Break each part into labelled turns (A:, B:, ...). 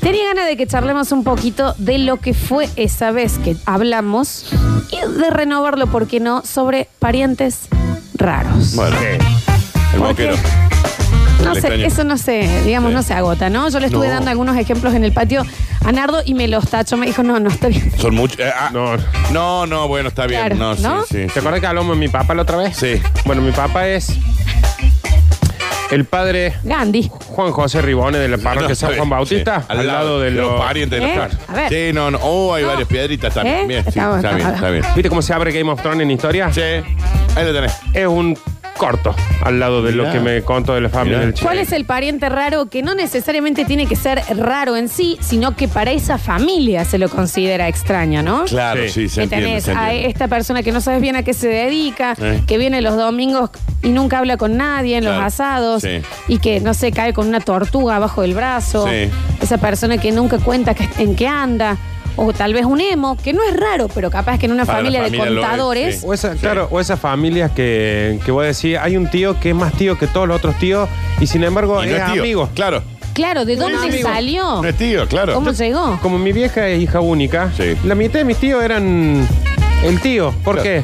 A: Tenía ganas de que charlemos un poquito de lo que fue esa vez que hablamos y de renovarlo, ¿por qué no?, sobre parientes raros.
B: Bueno, el
A: ¿Por qué?
B: boquero.
A: No
B: El
A: sé,
B: extraño.
A: eso no se, digamos,
B: Sí.
A: no se agota, ¿no? Yo le estuve
B: No.
A: dando algunos ejemplos en el patio a Nardo y me los tacho. Me dijo, no, no, está bien.
B: Son muchos. eh, ah, no.
C: No.
B: no, bueno, está bien.
A: Claro,
B: no, sí,
A: ¿no?
B: sí, sí.
C: ¿Te acuerdas que hablamos de mi papá la otra vez?
B: Sí.
C: Bueno, mi papá es el padre
A: Gandhi.
C: Juan José Ribone de la parroquia
B: No,
C: San
B: sí,
C: Juan Bautista,
B: sí,
C: al, lado, de
B: los,
C: los...
B: parientes
A: ¿Eh?
B: de los
A: A ver.
B: Sí, no, no. Oh, hay
A: No.
B: varias piedritas también.
A: ¿Eh?
B: Bien, sí,
A: Está bueno,
B: está bien,
A: está
B: está bien.
C: ¿Viste cómo se abre Game of Thrones en historia?
B: Sí, ahí lo tenés.
C: Es un corto al lado de
B: Mirá.
C: lo que me contó de la familia
B: Mirá.
C: del chico.
A: ¿Cuál es el pariente raro que no necesariamente tiene que ser raro en sí, sino que para esa familia se lo considera extraño, ¿no?
B: Claro, sí,
C: Sí.
B: se
A: que
B: entiende.
A: tenés
B: se
A: a
B: entiende.
A: esta persona que no sabes bien a qué se dedica,
B: Sí.
A: que viene los domingos y nunca habla con nadie en los
B: Claro,
A: asados
B: sí.
A: y que no sé, cae con una tortuga abajo del brazo,
B: Sí.
A: esa persona que nunca cuenta que- en qué anda, o tal vez un emo, que no es raro, pero capaz que en una
B: Para la
A: familia,
B: familia
A: de
B: lo es,
A: contadores,
B: sí.
C: O esa, Claro, o esas familias que, que vos decís, hay un tío que es más tío que todos los otros tíos y sin embargo
B: Y
C: es,
B: no es tío.
C: amigo.
B: Claro.
A: claro, ¿de dónde
B: amigo.
A: salió?
B: No es tío, claro.
A: ¿Cómo llegó?
C: Como mi vieja es hija única,
B: Sí.
C: la mitad de mis tíos eran el tío. ¿Por
B: Claro.
C: qué?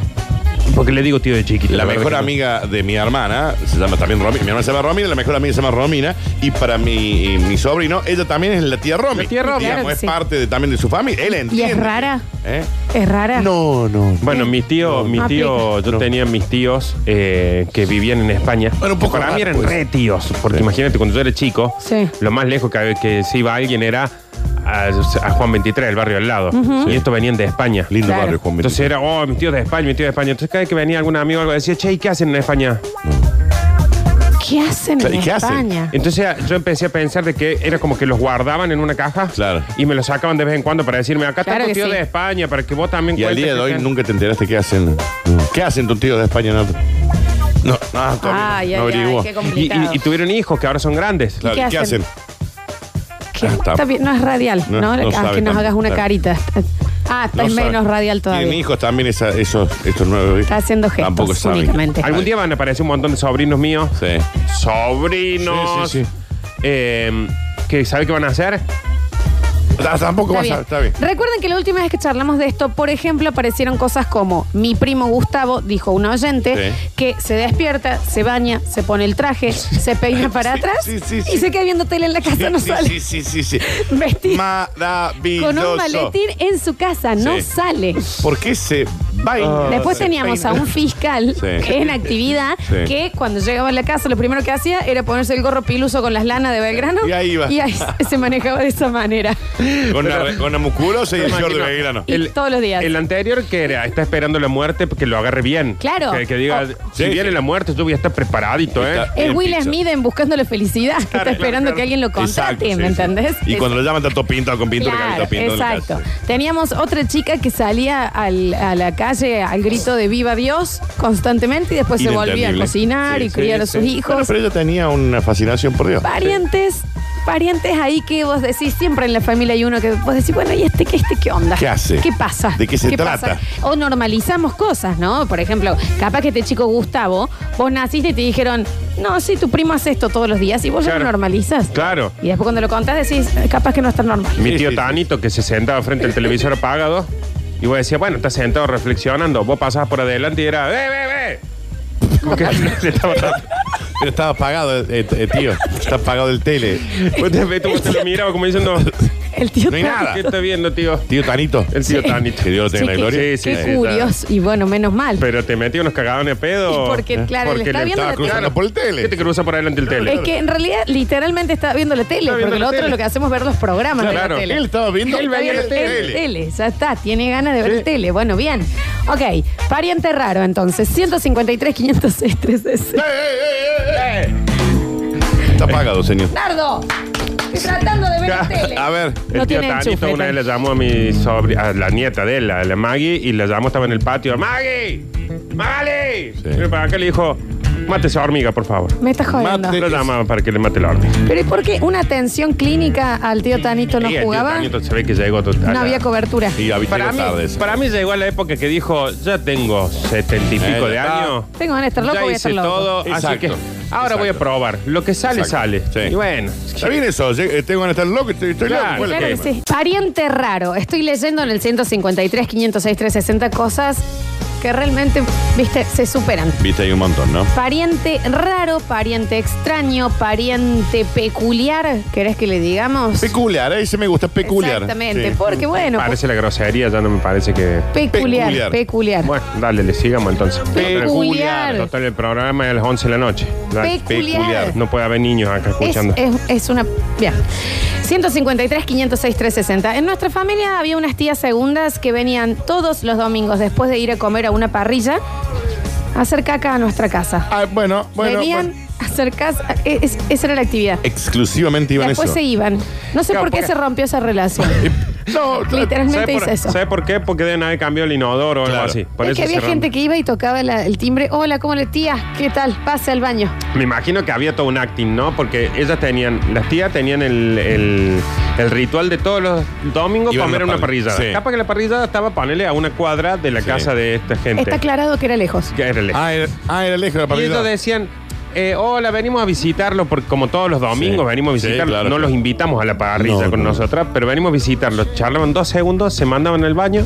C: Porque le digo tío de chiquito.
B: La
C: verdad
B: mejor
C: que no.
B: amiga de mi hermana se llama también Romina. Mi hermana se llama Romina, la mejor amiga se llama Romina. Y para mi, mi sobrino, ella también es la tía Romi.
C: La tía Romy.
B: Digamos,
A: Claro que
B: es
A: sí.
B: parte de- también de su familia. Él entiende.
A: rara?
B: ¿Eh?
A: ¿Es rara?
B: No, no.
C: Bueno, mi tío, mi
A: no
C: tío, yo tenía mis tíos eh, que vivían en España.
B: Bueno, un poco
C: Para
B: raro,
C: mí eran
B: pues.
C: re tíos, porque
B: Sí.
C: imagínate, cuando yo era chico,
A: Sí.
C: lo más lejos que, que se iba alguien era a, a Juan 23, el barrio al lado. Y estos venían de España.
B: Lindo
A: Claro.
B: barrio, Juan
C: Entonces era, oh, mis tíos de España, mis tíos de España. Entonces cada vez que venía algún amigo o algo decía, che, ¿y qué hacen en España?
A: ¿Qué hacen en
B: ¿Y qué hacen?
A: España?
C: Entonces eh, yo empecé a pensar de que era como que los guardaban en una caja
B: Claro.
C: y me los sacaban de vez en cuando para decirme, acá
A: Claro
C: está
A: que
C: tu tío
A: sí.
C: de España, para que vos también
B: Y al
C: cuentes
B: día de
C: que
B: hoy
C: sean".
B: nunca te enteraste qué hacen. ¿Qué hacen tus tíos de España, Nardo? No, no, no,
A: Ay,
B: no
A: ay, ay,
B: averiguó.
A: qué
C: Y- y-
A: complicado.
C: y tuvieron hijos que ahora son grandes.
B: Claro,
A: ¿Y qué
B: ¿Qué
A: hacen?
B: hacen?
A: Que
B: Ah, está.
A: está bien, no es radial,
B: No,
A: ¿no?
B: no
A: Ah,
B: sabe
A: que nos
B: tanto,
A: hagas una
B: claro.
A: carita. Ah, está
B: No
A: en
B: saben.
A: menos radial todavía.
B: Tienen hijos también esa- esos, estos nuevos.
A: Está haciendo gestos
B: Tampoco saben.
A: únicamente.
C: Algún día van a aparecer un montón de sobrinos míos.
B: Sí.
C: Sobrinos.
B: Sí, sí, sí.
C: eh, que sabe qué van a hacer.
B: Ah, Tampoco
A: Está
B: vas a...
A: bien.
B: Está bien.
A: Recuerden que la última vez que charlamos de esto, por ejemplo, aparecieron cosas como mi primo Gustavo, dijo un oyente,
B: Sí.
A: que se despierta, se baña, se pone el traje, se peina para
B: Sí,
A: atrás
B: sí, sí,
A: y
B: sí.
A: se queda viendo tele en la casa, no
B: sí,
A: sale.
B: sí, sí, sí, sí.
A: Vestido
B: Maravilloso.
A: con un maletín en su casa, no
B: Sí.
A: sale.
B: ¿Por qué se baila?
A: Después teníamos a un fiscal
B: Ah. Sí.
A: en actividad
B: Sí.
A: que cuando llegaba a la casa lo primero que hacía era ponerse el gorro piluso con las lanas de Belgrano
B: Y ahí iba.
A: y ahí se manejaba de esa manera.
B: Con una, con una musculosa y el short de
C: Imagino.
B: Belgrano.
A: Y todos los días.
C: El anterior que era, está esperando la muerte porque lo agarre bien.
A: Claro.
C: Que, que diga,
A: Oh.
C: si
B: Sí,
C: viene
B: sí.
C: la muerte, yo voy a estar preparadito, ¿eh?
B: Está-
A: Es
B: El
A: Will
B: piso.
A: Smith en Buscando la Felicidad, que está
C: Claro,
A: esperando
C: claro.
A: que alguien lo
B: Exacto,
A: contrate,
B: sí,
A: ¿me
B: sí.
A: entendés?
B: Y
A: Es-
B: cuando lo llaman tanto pintado con pintura,
A: Claro,
B: que pintura
A: exacto. Teníamos otra chica que salía al- a la calle al grito de viva Dios constantemente y después Pues se volvía a
B: Inentendible.
A: cocinar
B: Sí,
A: y
B: sí,
A: criar a
C: sí.
A: sus hijos.
B: Bueno, pero ella tenía una fascinación por Dios.
A: parientes, parientes ahí que vos decís, siempre en la familia hay uno que vos decís, bueno, ¿y este qué, este qué onda?
B: ¿Qué hace?
A: ¿Qué pasa?
B: ¿De qué se
A: pasa?
B: trata?
A: O normalizamos cosas, ¿no? Por ejemplo, capaz que este chico Gustavo, vos naciste y te dijeron, no, sí, tu primo hace esto todos los días y vos ya
C: Claro.
A: lo normalizas.
C: Claro.
A: Y después cuando lo contás decís, "Eh, capaz que no está normal.
C: Mi
B: Sí, sí,
C: tío
B: sí.
C: Tanito que se sentaba frente al televisor apagado. Y vos decías, bueno, estás sentado reflexionando. Vos pasabas por adelante y era, "Eh, ¡ve, ve, ve! Como que le estaba tratando.
B: Pero estaba apagado, eh, eh, tío. Está apagado el tele.
C: Vos te, vos te lo mirabas como diciendo,
A: El tío
B: No hay nada.
C: ¿qué está viendo, tío?
B: Tío Tanito.
C: El tío Tanito.
B: Que Dios lo tenga
A: Sí,
B: en la
A: qué-
B: gloria.
C: Sí, sí,
A: qué
C: sí,
A: curioso. Y bueno, menos mal.
C: Pero te metió unos cagadones de pedo. ¿Eh?
A: Y porque, claro, le está viendo
B: estaba
A: la tele.
B: cruzando por el tele.
C: ¿Qué te cruza por adelante el tele?
A: es que en realidad literalmente está viendo la tele,
C: Está viendo
A: porque
C: la
A: lo otro
C: tele.
A: lo que hacemos es ver los programas de
C: Claro.
A: la tele.
B: Él estaba viendo
C: Él veía la
B: el
C: tele.
A: tele. tele, ya está, tiene ganas de ver
C: Sí.
A: el tele. Bueno, bien. Ok, pariente raro entonces, 153, 506, 360.
B: ¡Eh, eh, eh, eh, eh! Está apagado, señor.
A: ¡Nardo! Estoy tratando de ver el tele.
B: A ver.
A: No
C: el tío
A: tiene
C: Tanito
A: enchufe,
C: una vez
A: Tan-
C: le llamó a mi sobrina, a la nieta de él, a la Maggie, y la llamó, estaba en el patio. ¡Maggie! ¡Magali!
B: Sí.
C: Mira para acá le dijo, Mate esa hormiga, por favor.
A: Me estás jodiendo.
B: Mate.
C: Lo llamaba para que le mate la hormiga.
A: Pero ¿y por qué una atención clínica al tío Tanito no
C: Y el tío
A: jugaba?
C: Tanito se ve que llegó total.
A: No había cobertura.
B: Y habité
C: Para
B: las
C: mí,
B: tardes.
C: para mí llegó a la época que dijo, ya tengo setenta y pico
B: Eh,
C: de
B: ya está.
C: años.
A: Tengo ganas de estar loco,
C: ya
A: voy a
C: hice
A: estar loco.
C: todo, así
B: Exacto.
C: que ahora voy a
B: Exacto.
C: probar. Lo que sale,
B: Exacto.
C: sale.
B: Sí.
C: Y bueno,
B: Está bien eso, eh, tengo ganas de estar loco, estoy, estoy
C: Claro,
B: loco. ¿cuál es el
A: Claro que
B: problema?
A: sí. Pariente raro. Estoy leyendo en el 153, 506, 360 cosas que realmente, viste, se superan.
B: Viste, hay un montón, ¿no?
A: Pariente raro, pariente extraño, pariente peculiar, ¿querés que le digamos?
B: Peculiar, ese me gusta, peculiar.
A: Exactamente,
B: Sí.
A: porque bueno,
C: parece la grosería, ya no me parece que...
A: peculiar,
B: peculiar.
A: peculiar.
C: Bueno, dale, le sigamos entonces.
A: Peculiar.
C: Total, el programa es a las 11 de la noche. Dale.
A: Peculiar.
C: No puede haber niños acá
A: Es,
C: escuchando.
A: es- es una. Bien. 153, 506, 360. En nuestra familia había unas tías segundas que venían todos los domingos después de ir a comer a una parrilla a hacer caca a nuestra casa.
B: Ah, bueno, bueno. pues.
A: venían
B: bueno.
A: a hacer caca. es- esa era la actividad.
B: Exclusivamente iban
A: Después
B: eso.
A: se iban. No sé
C: Claro,
A: por qué
C: porque-
A: se rompió esa relación.
B: No,
A: Literalmente
C: por,
A: hice eso.
C: sabe por qué? Porque deben haber cambiado el inodoro o algo
B: Claro.
C: así. Por
A: es
C: eso
A: que había
C: cerraron.
A: gente que iba y tocaba la- el timbre. Hola, ¿cómo le tía? ¿Qué tal? Pase al baño.
C: Me imagino que había todo un acting, ¿no? Porque ellas tenían, las tías tenían el, el- el ritual de todos los domingos
B: Iban a
C: comer
B: una
C: una
B: parrilla.
C: parrillada.
B: Sí.
C: Capaz que la parrillada estaba, ponele, a una cuadra de la
B: Sí.
C: casa de esta gente.
A: Está aclarado que era lejos.
C: Que era lejos.
B: Ah, era, ah, era lejos de la
C: y
B: partida.
C: ellos decían, eh, hola, venimos a visitarlo, porque como todos los domingos
B: Sí.
C: venimos a
B: Sí,
C: visitarlo.
B: claro,
C: no
B: claro.
C: los invitamos a la parrilla
B: No,
C: con
B: no.
C: nosotras, pero venimos a visitarlo. Charlaban dos segundos, se mandaban al baño.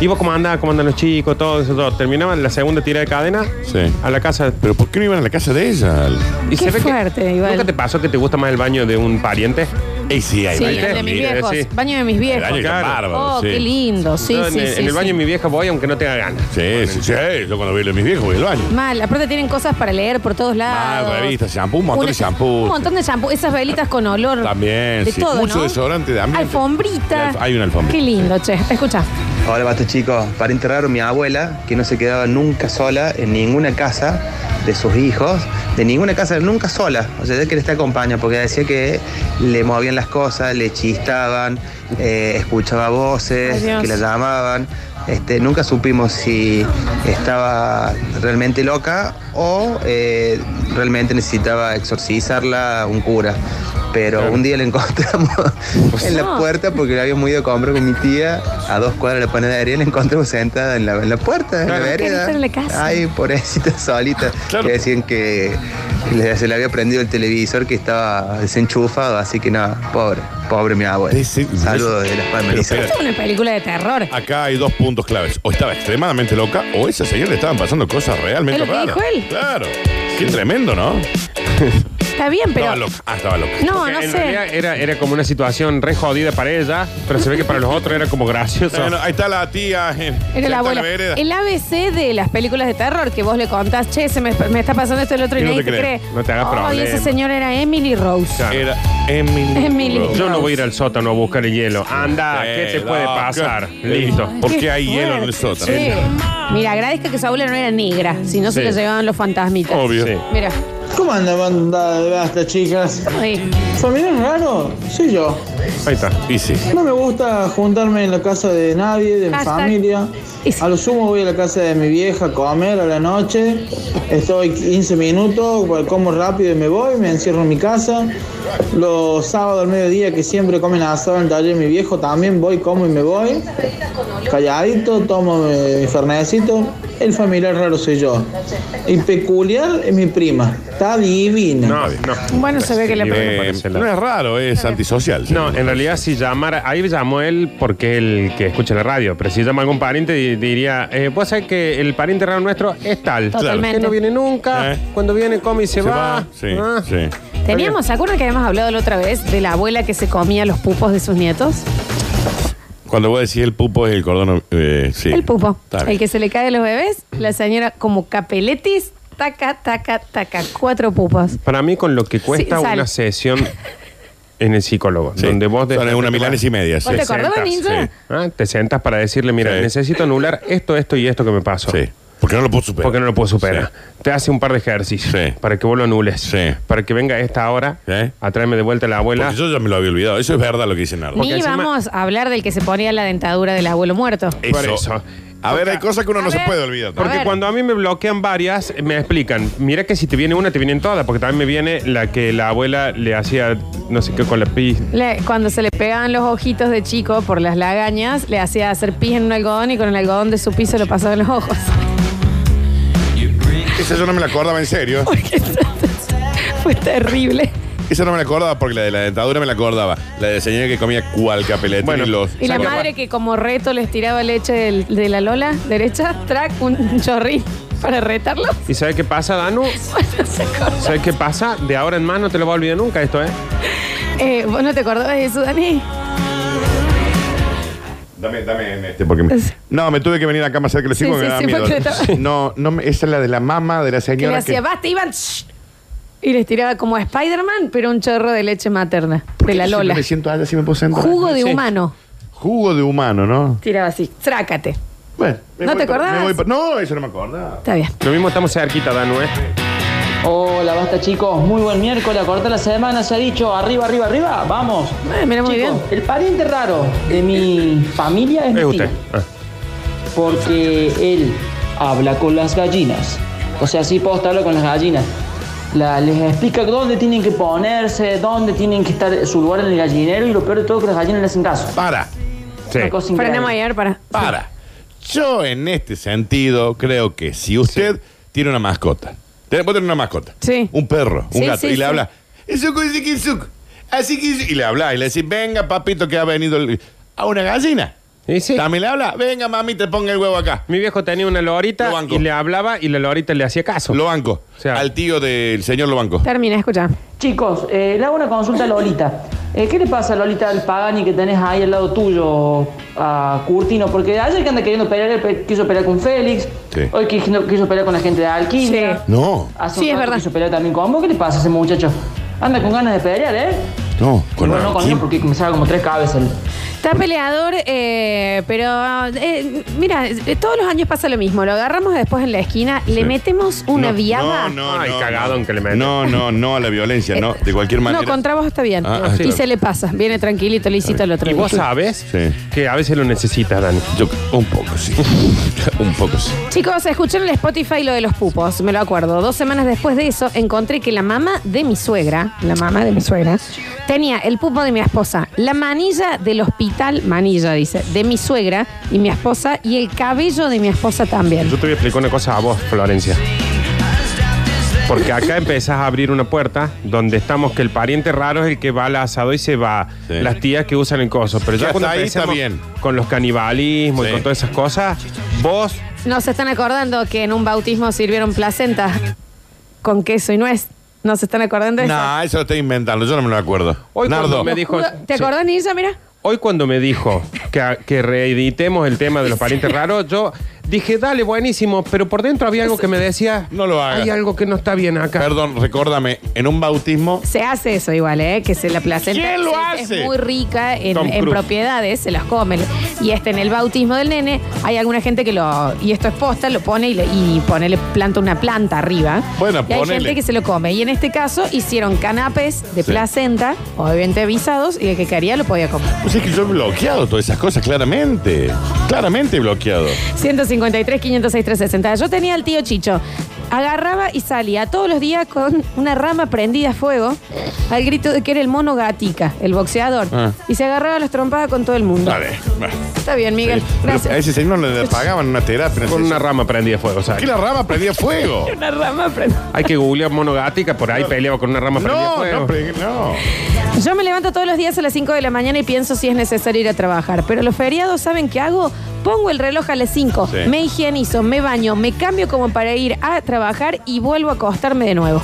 C: Y vos cómo andaba, cómo andan los chicos, todo eso, todo. Terminaban la segunda tira de cadena
B: Sí.
C: a la casa
B: Pero ¿por qué no iban a la casa de ella?
C: Y se
A: Qué
C: ve que-
A: fuerte, Iván.
C: ¿Nunca te pasó que te gusta más el baño de un pariente?
B: Eh, sí, ahí
A: Sí,
B: va,
A: el de
B: ahí
A: mis
B: va.
A: viejos.
C: sí.
A: Baño de mis
B: El
A: viejos.
B: año está
C: Claro.
B: bárbaro,
A: Oh,
B: sí.
A: qué lindo. Sí,
C: Yo
A: sí,
C: en, el-
A: sí,
C: en el
A: sí.
C: baño de mi vieja voy aunque no tenga ganas.
B: Sí, sí, sí. Yo cuando veo a mis viejos voy al baño.
A: Mal, aparte tienen cosas para leer por todos lados.
B: Ah, revistas, shampoo, un montón
A: Una-
B: de shampoo.
A: Un montón de shampoo, esas velitas con olor.
B: También,
A: de
B: sí.
A: todo,
B: Mucho
A: ¿no?
B: desodorante de ambiente.
A: Alfombrita.
B: La alf- hay una alfombrita.
A: Qué lindo, che. Escucha.
D: Ahora basta chicos, para enterrar mi abuela, que no se quedaba nunca sola en ninguna casa de sus hijos, de ninguna casa, nunca sola, o sea, ya que le está acompaña, porque decía que le movían las cosas, le chistaban, eh, escuchaba voces,
A: Ay, Dios.
D: que la llamaban, este, nunca supimos si estaba realmente loca o eh, realmente necesitaba exorcizarla un cura. Pero un día la encontramos en la
A: No.
D: puerta puerta porque la habíamos ido a comprar con mi tía a dos cuadras de la panadería la encontramos sentada en la, en la puerta, en la
C: Claro.
A: Quería
D: vereda.
A: estar en la casa.
D: Ay, pobrecita solita.
B: Claro.
D: Que decían que le- se le había prendido el televisor que estaba desenchufado, así que nada, pobre, pobre mi abuela.
B: Desen-
D: Saludos de las
B: Pero
D: palmerizas.
B: espera,
A: Esto es una película de terror.
B: Acá hay dos puntos claves. O estaba extremadamente loca, o a esa señora le estaban pasando cosas realmente
A: Es lo que
B: raras.
A: dijo él.
B: Claro. Qué tremendo, ¿no?
A: Está bien, pero.
B: Estaba loca. Ah, estaba loca.
A: No,
C: Porque
A: no
C: en
A: sé.
C: realidad era, era como una situación re jodida para ella, pero se ve que para los otros era como gracioso.
B: Bueno, ahí está la tía. eh, sentada
A: Era
B: en
A: la abuela.
B: vereda.
A: el ABC de las películas de terror que vos le contás, che, se me, me está pasando esto y el otro y,
B: Y no
A: nadie
B: te
A: te cree.
B: cree.
C: No te hagas
A: Ay,
C: problema.
A: esa señora era Emily Rose.
C: Claro.
B: Era Emily.
A: Emily.
B: Rose.
C: Yo no voy a ir al sótano a buscar el hielo. Anda, ¿qué te
B: Eh,
C: puede
B: no,
C: pasar?
B: ¿qué?
C: Listo.
B: ¿Por qué hay hielo en el
A: fuerte,
B: sótano?
A: che. Mira, agradezca que su abuela no era negra, si no se
C: Sí.
A: le llevaban los fantasmitas.
B: Obvio.
C: Sí.
A: Mira.
E: ¿Cómo anda banda de basta, chicas?
A: Ay.
E: ¿Familiar raro? Soy yo.
C: Ahí está.
B: Y sí.
E: No me gusta juntarme en la casa de nadie, de mi
A: Hashtag.
E: familia.
A: Es-
E: A lo sumo voy a la casa de mi vieja a comer a la noche. Estoy 15 minutos, pues, como rápido y me voy, me encierro en mi casa. Los sábados al mediodía que siempre comen asado en el taller de mi viejo, también voy, como y me voy. Calladito, tomo mi mi fernecito. El familiar raro soy yo. Y peculiar es mi prima. Está divina.
C: No, no.
A: Bueno, se ve que la
C: Sí,
A: primera
B: Eh,
C: parece la-
B: no es raro, es antisocial.
C: No, en realidad si llamara, ahí llamó él porque él que escucha la radio, pero si llama algún pariente di- diría, eh, vos sabés que el pariente raro nuestro es tal,
A: Totalmente.
C: que no viene nunca,
B: Eh.
C: cuando viene come y se,
B: Se
C: va.
B: va. Sí,
C: Ah.
B: sí.
A: Teníamos, ¿se acuerdan que habíamos hablado la otra vez de la abuela que se comía los pupos de sus nietos?
B: Cuando vos decís el pupo es el cordón. eh, sí.
A: El pupo.
B: Está bien.
A: El que se le cae a los bebés, la señora como capeletis, taca, taca, taca, cuatro pupos.
C: Para mí con lo que cuesta
A: Sí, sale.
C: una sesión en el psicólogo,
B: Sí.
C: donde vos...
B: Son una milanes y
C: milanesa
B: media.
A: ¿Vos te
B: sí.
A: acordabas,
C: sentas, Ah,
A: ninja?
B: sí.
C: Te sentas para decirle, mira,
B: Sí.
C: necesito anular esto, esto y esto que me pasó.
B: Sí. Porque no lo puedo superar.
C: Porque no lo puedo superar.
B: Sí.
C: Te hace un par de ejercicios
B: Sí.
C: para que vos lo anules.
B: Sí.
C: Para que venga esta hora
B: Sí.
C: a traerme de vuelta la abuela.
B: Porque yo ya me lo había olvidado. Eso es verdad lo que dice Nardo.
C: Porque
A: Ni
C: encima-
A: vamos a hablar del que se ponía la dentadura del abuelo muerto.
C: Por
B: Eso.
C: eso.
B: A ver, hay cosas que uno
A: A
B: no se
A: ver.
B: puede olvidar.
A: A
C: Pues, Porque
A: ver.
C: cuando a mí me bloquean varias, me explican, mira que si te viene una, te vienen todas, porque también me viene la que la abuela le hacía, no sé qué, con la pi.
A: Le- cuando se le pegaban los ojitos de chico por las lagañas, le hacía hacer pis en un algodón y con el algodón de su piso lo pasaba en los ojos.
B: Esa yo no me la acordaba en serio.
A: Porque eso- fue terrible.
B: Esa no me la acordaba porque la de la dentadura me la acordaba. La de la señora que comía cual capelete
C: Bueno.
B: y los.
A: Y la
C: Saca-
A: madre que como reto les tiraba leche del- de la Lola derecha, track, un chorri para retarlo.
C: ¿Y sabes qué pasa, Danu? ¿Sabes qué pasa? De ahora en más no te lo va a olvidar nunca esto, ¿eh?
A: Eh, ¿Vos no te acordabas de eso, Dani?
B: Dame, dame en este porque me- No, me tuve que venir acá más cerca de los
A: Sí,
B: chicos
A: sí,
B: me daba
A: sí,
B: miedo.
A: porque estaba-
B: No, no, me- esa es la de la mamá de la
A: Que le
B: señora.
A: hacía,
B: que-
A: basta, iban. shh", Y les tiraba como a Spider-Man, pero un chorro de leche materna,
B: ¿Por
A: de
B: qué
A: la
B: yo siempre
A: Lola.
B: Me siento ah, allá si me puedo sentar.
A: Jugo de
C: Sí.
A: humano.
B: Jugo de humano, ¿no?
A: Tiraba así, trácate.
B: Bueno. me
A: ¿No
B: voy
A: te
B: pa- me
A: acordabas?
B: voy pa- No, eso no me acordaba.
A: Está bien.
C: Lo mismo estamos cerquita, Danu, ¿eh?
F: Hola, basta chicos, muy buen miércoles, corta la semana, se ha dicho, arriba, arriba, arriba, vamos.
A: Eh, mira, muy
F: Chicos,
A: bien.
F: el pariente raro de mi familia es,
C: Es
F: mi tío,
C: usted. Ah.
F: porque él habla con las gallinas, o sea, sí posta habla con las gallinas. La- les explica dónde tienen que ponerse, dónde tienen que estar su lugar en el gallinero y lo peor de todo es que las gallinas le hacen caso.
B: Para,
C: Sí.
F: Una cosa increíble.
A: Frenemos ayer para.
B: para. Yo en este sentido creo que si usted tiene una mascota, te- vos tenés una mascota,
A: Sí.
B: un perro, un
A: Sí,
B: gato,
A: sí,
B: y le
A: sí.
B: habla, eso así que suc, así que y le habla y le decís, venga papito que ha venido el- a una gallina.
C: Y sí.
B: También le habla, venga mami, te ponga el huevo acá.
C: Mi viejo tenía una lorita
B: Lo banco.
C: y le hablaba y la lorita le hacía caso.
B: Lo banco.
C: O sea-
B: Al tío del señor lo banco.
A: Termina, escucha.
F: Chicos, eh, le hago una consulta a Lolita. Eh, ¿Qué le pasa a Lolita al Pagani que tenés ahí al lado tuyo, a Curtino? Porque ayer que anda queriendo pelear, él pe- quiso pelear con Félix,
B: Sí.
F: hoy quiso, quiso pelear con la gente de Alquimia,
A: Sí.
B: No,
F: hace
A: Sí, es
F: rato
A: verdad.
F: quiso pelear también con vos. ¿Qué le pasa a ese muchacho? Anda con ganas de pelear, ¿eh?
B: no,
F: Y
B: con
F: bueno, no con él
B: Raquín.
F: porque me sale como tres cabezas.
A: Está peleador, eh, pero eh, mira, eh, todos los años pasa lo mismo. Lo agarramos después en la esquina, le metemos una
B: No,
A: viada.
B: No, no,
C: Ay,
B: no,
C: cagadón
B: no.
C: que le mete.
B: No, no, no a la violencia, no, de cualquier manera.
A: Eh, No, contra vos está bien.
B: Ah, ah,
A: Y
B: sí.
A: se le pasa. Viene tranquilito, lisito al otro.
C: Y
A: día.
C: vos sabes
B: Sí.
C: que a veces lo necesitas, Dani.
B: Yo, un poco sí. un poco sí.
A: Chicos, escuché en el Spotify lo de los pupos, me lo acuerdo. Dos semanas después de eso, encontré que la mamá de mi suegra, la mamá de mi suegra, tenía el pupo de mi esposa, la manilla del hospital, manilla dice, de mi suegra y mi esposa, y el cabello de mi esposa también.
C: Yo te voy a explicar una cosa a vos, Florencia. Porque acá empezás a abrir una puerta donde estamos que el pariente raro es el que va al asado y se va.
B: Sí.
C: Las tías que usan el coso. Pero
B: Que
C: ya cuando
B: hasta ahí está
C: empezamos
B: bien.
C: con los canibalismos
B: Sí.
C: y con todas esas cosas, vos,
A: No se están acordando que en un bautismo sirvieron placenta con queso y nuez. No se están acordando de eso.
B: No, eso lo estoy inventando, yo no me lo acuerdo.
C: Hoy
B: Nardo,
C: cuando me di- dijo-
A: ¿Te
C: sí.
A: acordás, Nisa? Mira.
C: hoy cuando me dijo que, que reeditemos el tema de los parientes raros, yo dije, dale, buenísimo, pero por dentro había algo que me decía,
B: No lo hagas.
C: Hay algo que no está bien acá.
B: perdón, recórdame, en un bautismo.
A: Se hace eso igual, ¿eh? Que se la placenta
B: ¿Quién lo
A: es-
B: hace?
A: es muy rica en,
C: Tom
A: en
C: Cruise.
A: propiedades, se las come. Y este, en el bautismo del nene, hay alguna gente que lo, y esto es posta, lo pone y, le, y ponele, planta una planta arriba.
B: Bueno,
A: y hay
B: ponele.
A: gente que se lo come. Y en este caso hicieron canapés de
B: Sí.
A: placenta, obviamente avisados, y el que quería lo podía comer.
B: Pues es que yo he bloqueado todas esas cosas, claramente. Claramente he bloqueado.
A: 153, 506, 360. Yo tenía al tío Chicho. Agarraba y salía todos los días con una rama prendida a fuego al grito de que era el mono gatica, el boxeador.
B: Ah.
A: Y se agarraba a las trompadas con todo el mundo.
B: Vale. bueno,
A: Está bien, Miguel.
B: sí. Pero A
A: Gracias.
B: ese señor no le pagaban una terapia. no sé
C: Con
B: si-
C: una rama prendida de fuego, ¿sabes?
B: ¿Qué la rama prendía fuego?
A: Una rama prendida.
C: Hay que googlear monogática, por ahí peleaba con una rama prendida de
B: No,
C: fuego.
B: no, pre- no.
A: Yo me levanto todos los días a las 5 de la mañana y pienso si es necesario ir a trabajar. Pero los feriados, ¿saben qué hago? Pongo el reloj a las 5,
B: Sí.
A: me higienizo, me baño, me cambio como para ir a trabajar y vuelvo a acostarme de nuevo.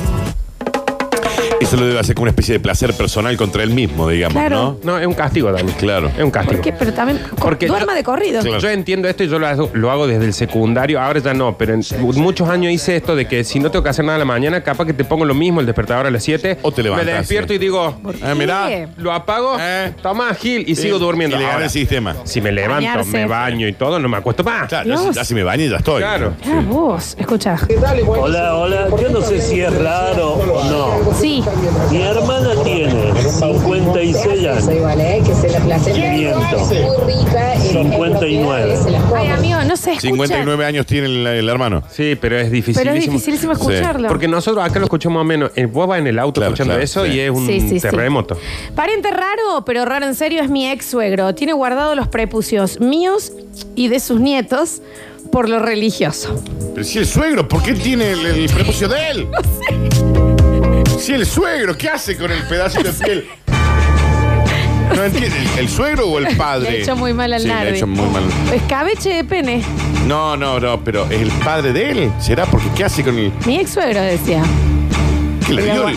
B: Eso lo debe hacer como una especie de placer personal contra él mismo, digamos,
A: Claro.
C: No, es un castigo, Dani.
B: Claro.
C: Es un castigo.
A: ¿Por qué? Pero también
C: Porque
A: duerma
C: yo-
A: de corrido.
B: Claro.
C: Yo entiendo esto y yo lo hago, lo hago desde el secundario. Ahora ya no, pero en muchos años hice esto de que si no tengo que hacer nada a la mañana, capaz que te pongo lo mismo el despertador a las 7.
B: O te levantas,
C: Me despierto y digo,
B: ¿no? Eh, mirá.
C: lo apago,
B: Eh.
C: toma Gil y sigo durmiendo.
B: Y le gana
C: Ahora,
B: el sistema.
C: si me levanto,
A: Bañarse.
C: me baño y todo, no me acuesto más.
B: Claro, ya,
A: Dios.
B: si- ya si me baño ya estoy.
C: Claro.
A: Ah, vos, escucha.
G: Hola, hola. Yo no sé si es raro o no,
A: Sí,
G: Mi hermana tiene 56 años,
H: que se la placenta es
G: 500,
H: muy rica eh, en- en
G: 59.
H: propiedades, se las
A: Ay,
H: come.
A: amigo, no se escucha.
B: 59 años tiene el, el hermano.
C: Sí, pero es difícil.
A: Pero es dificilísimo escucharlo.
C: Porque nosotros acá lo escuchamos más o menos. Eh, Vos vas en el auto
B: Claro,
C: escuchando
B: claro,
C: eso
B: sí.
C: y es un
A: Sí, sí, sí.
C: terremoto.
A: Pariente raro, pero raro en serio, es mi ex suegro. Tiene guardados los prepucios míos y de sus nietos por lo religioso.
B: Pero si el suegro, ¿por qué tiene el, el prepucio de él? Si el suegro, ¿qué hace con el pedazo de piel? No entiende, ¿el, el suegro o el
A: Le
B: padre?
A: ha hecho muy mal al
B: Sí, le ha
A: Nardi.
B: hecho muy mal.
A: Escabeche de pene.
B: No, no, no, pero ¿es el padre de él? ¿Será? Porque ¿qué hace con el...?
A: Mi ex suegro decía.
B: ¿Qué le
A: Y
B: dio?
A: lo,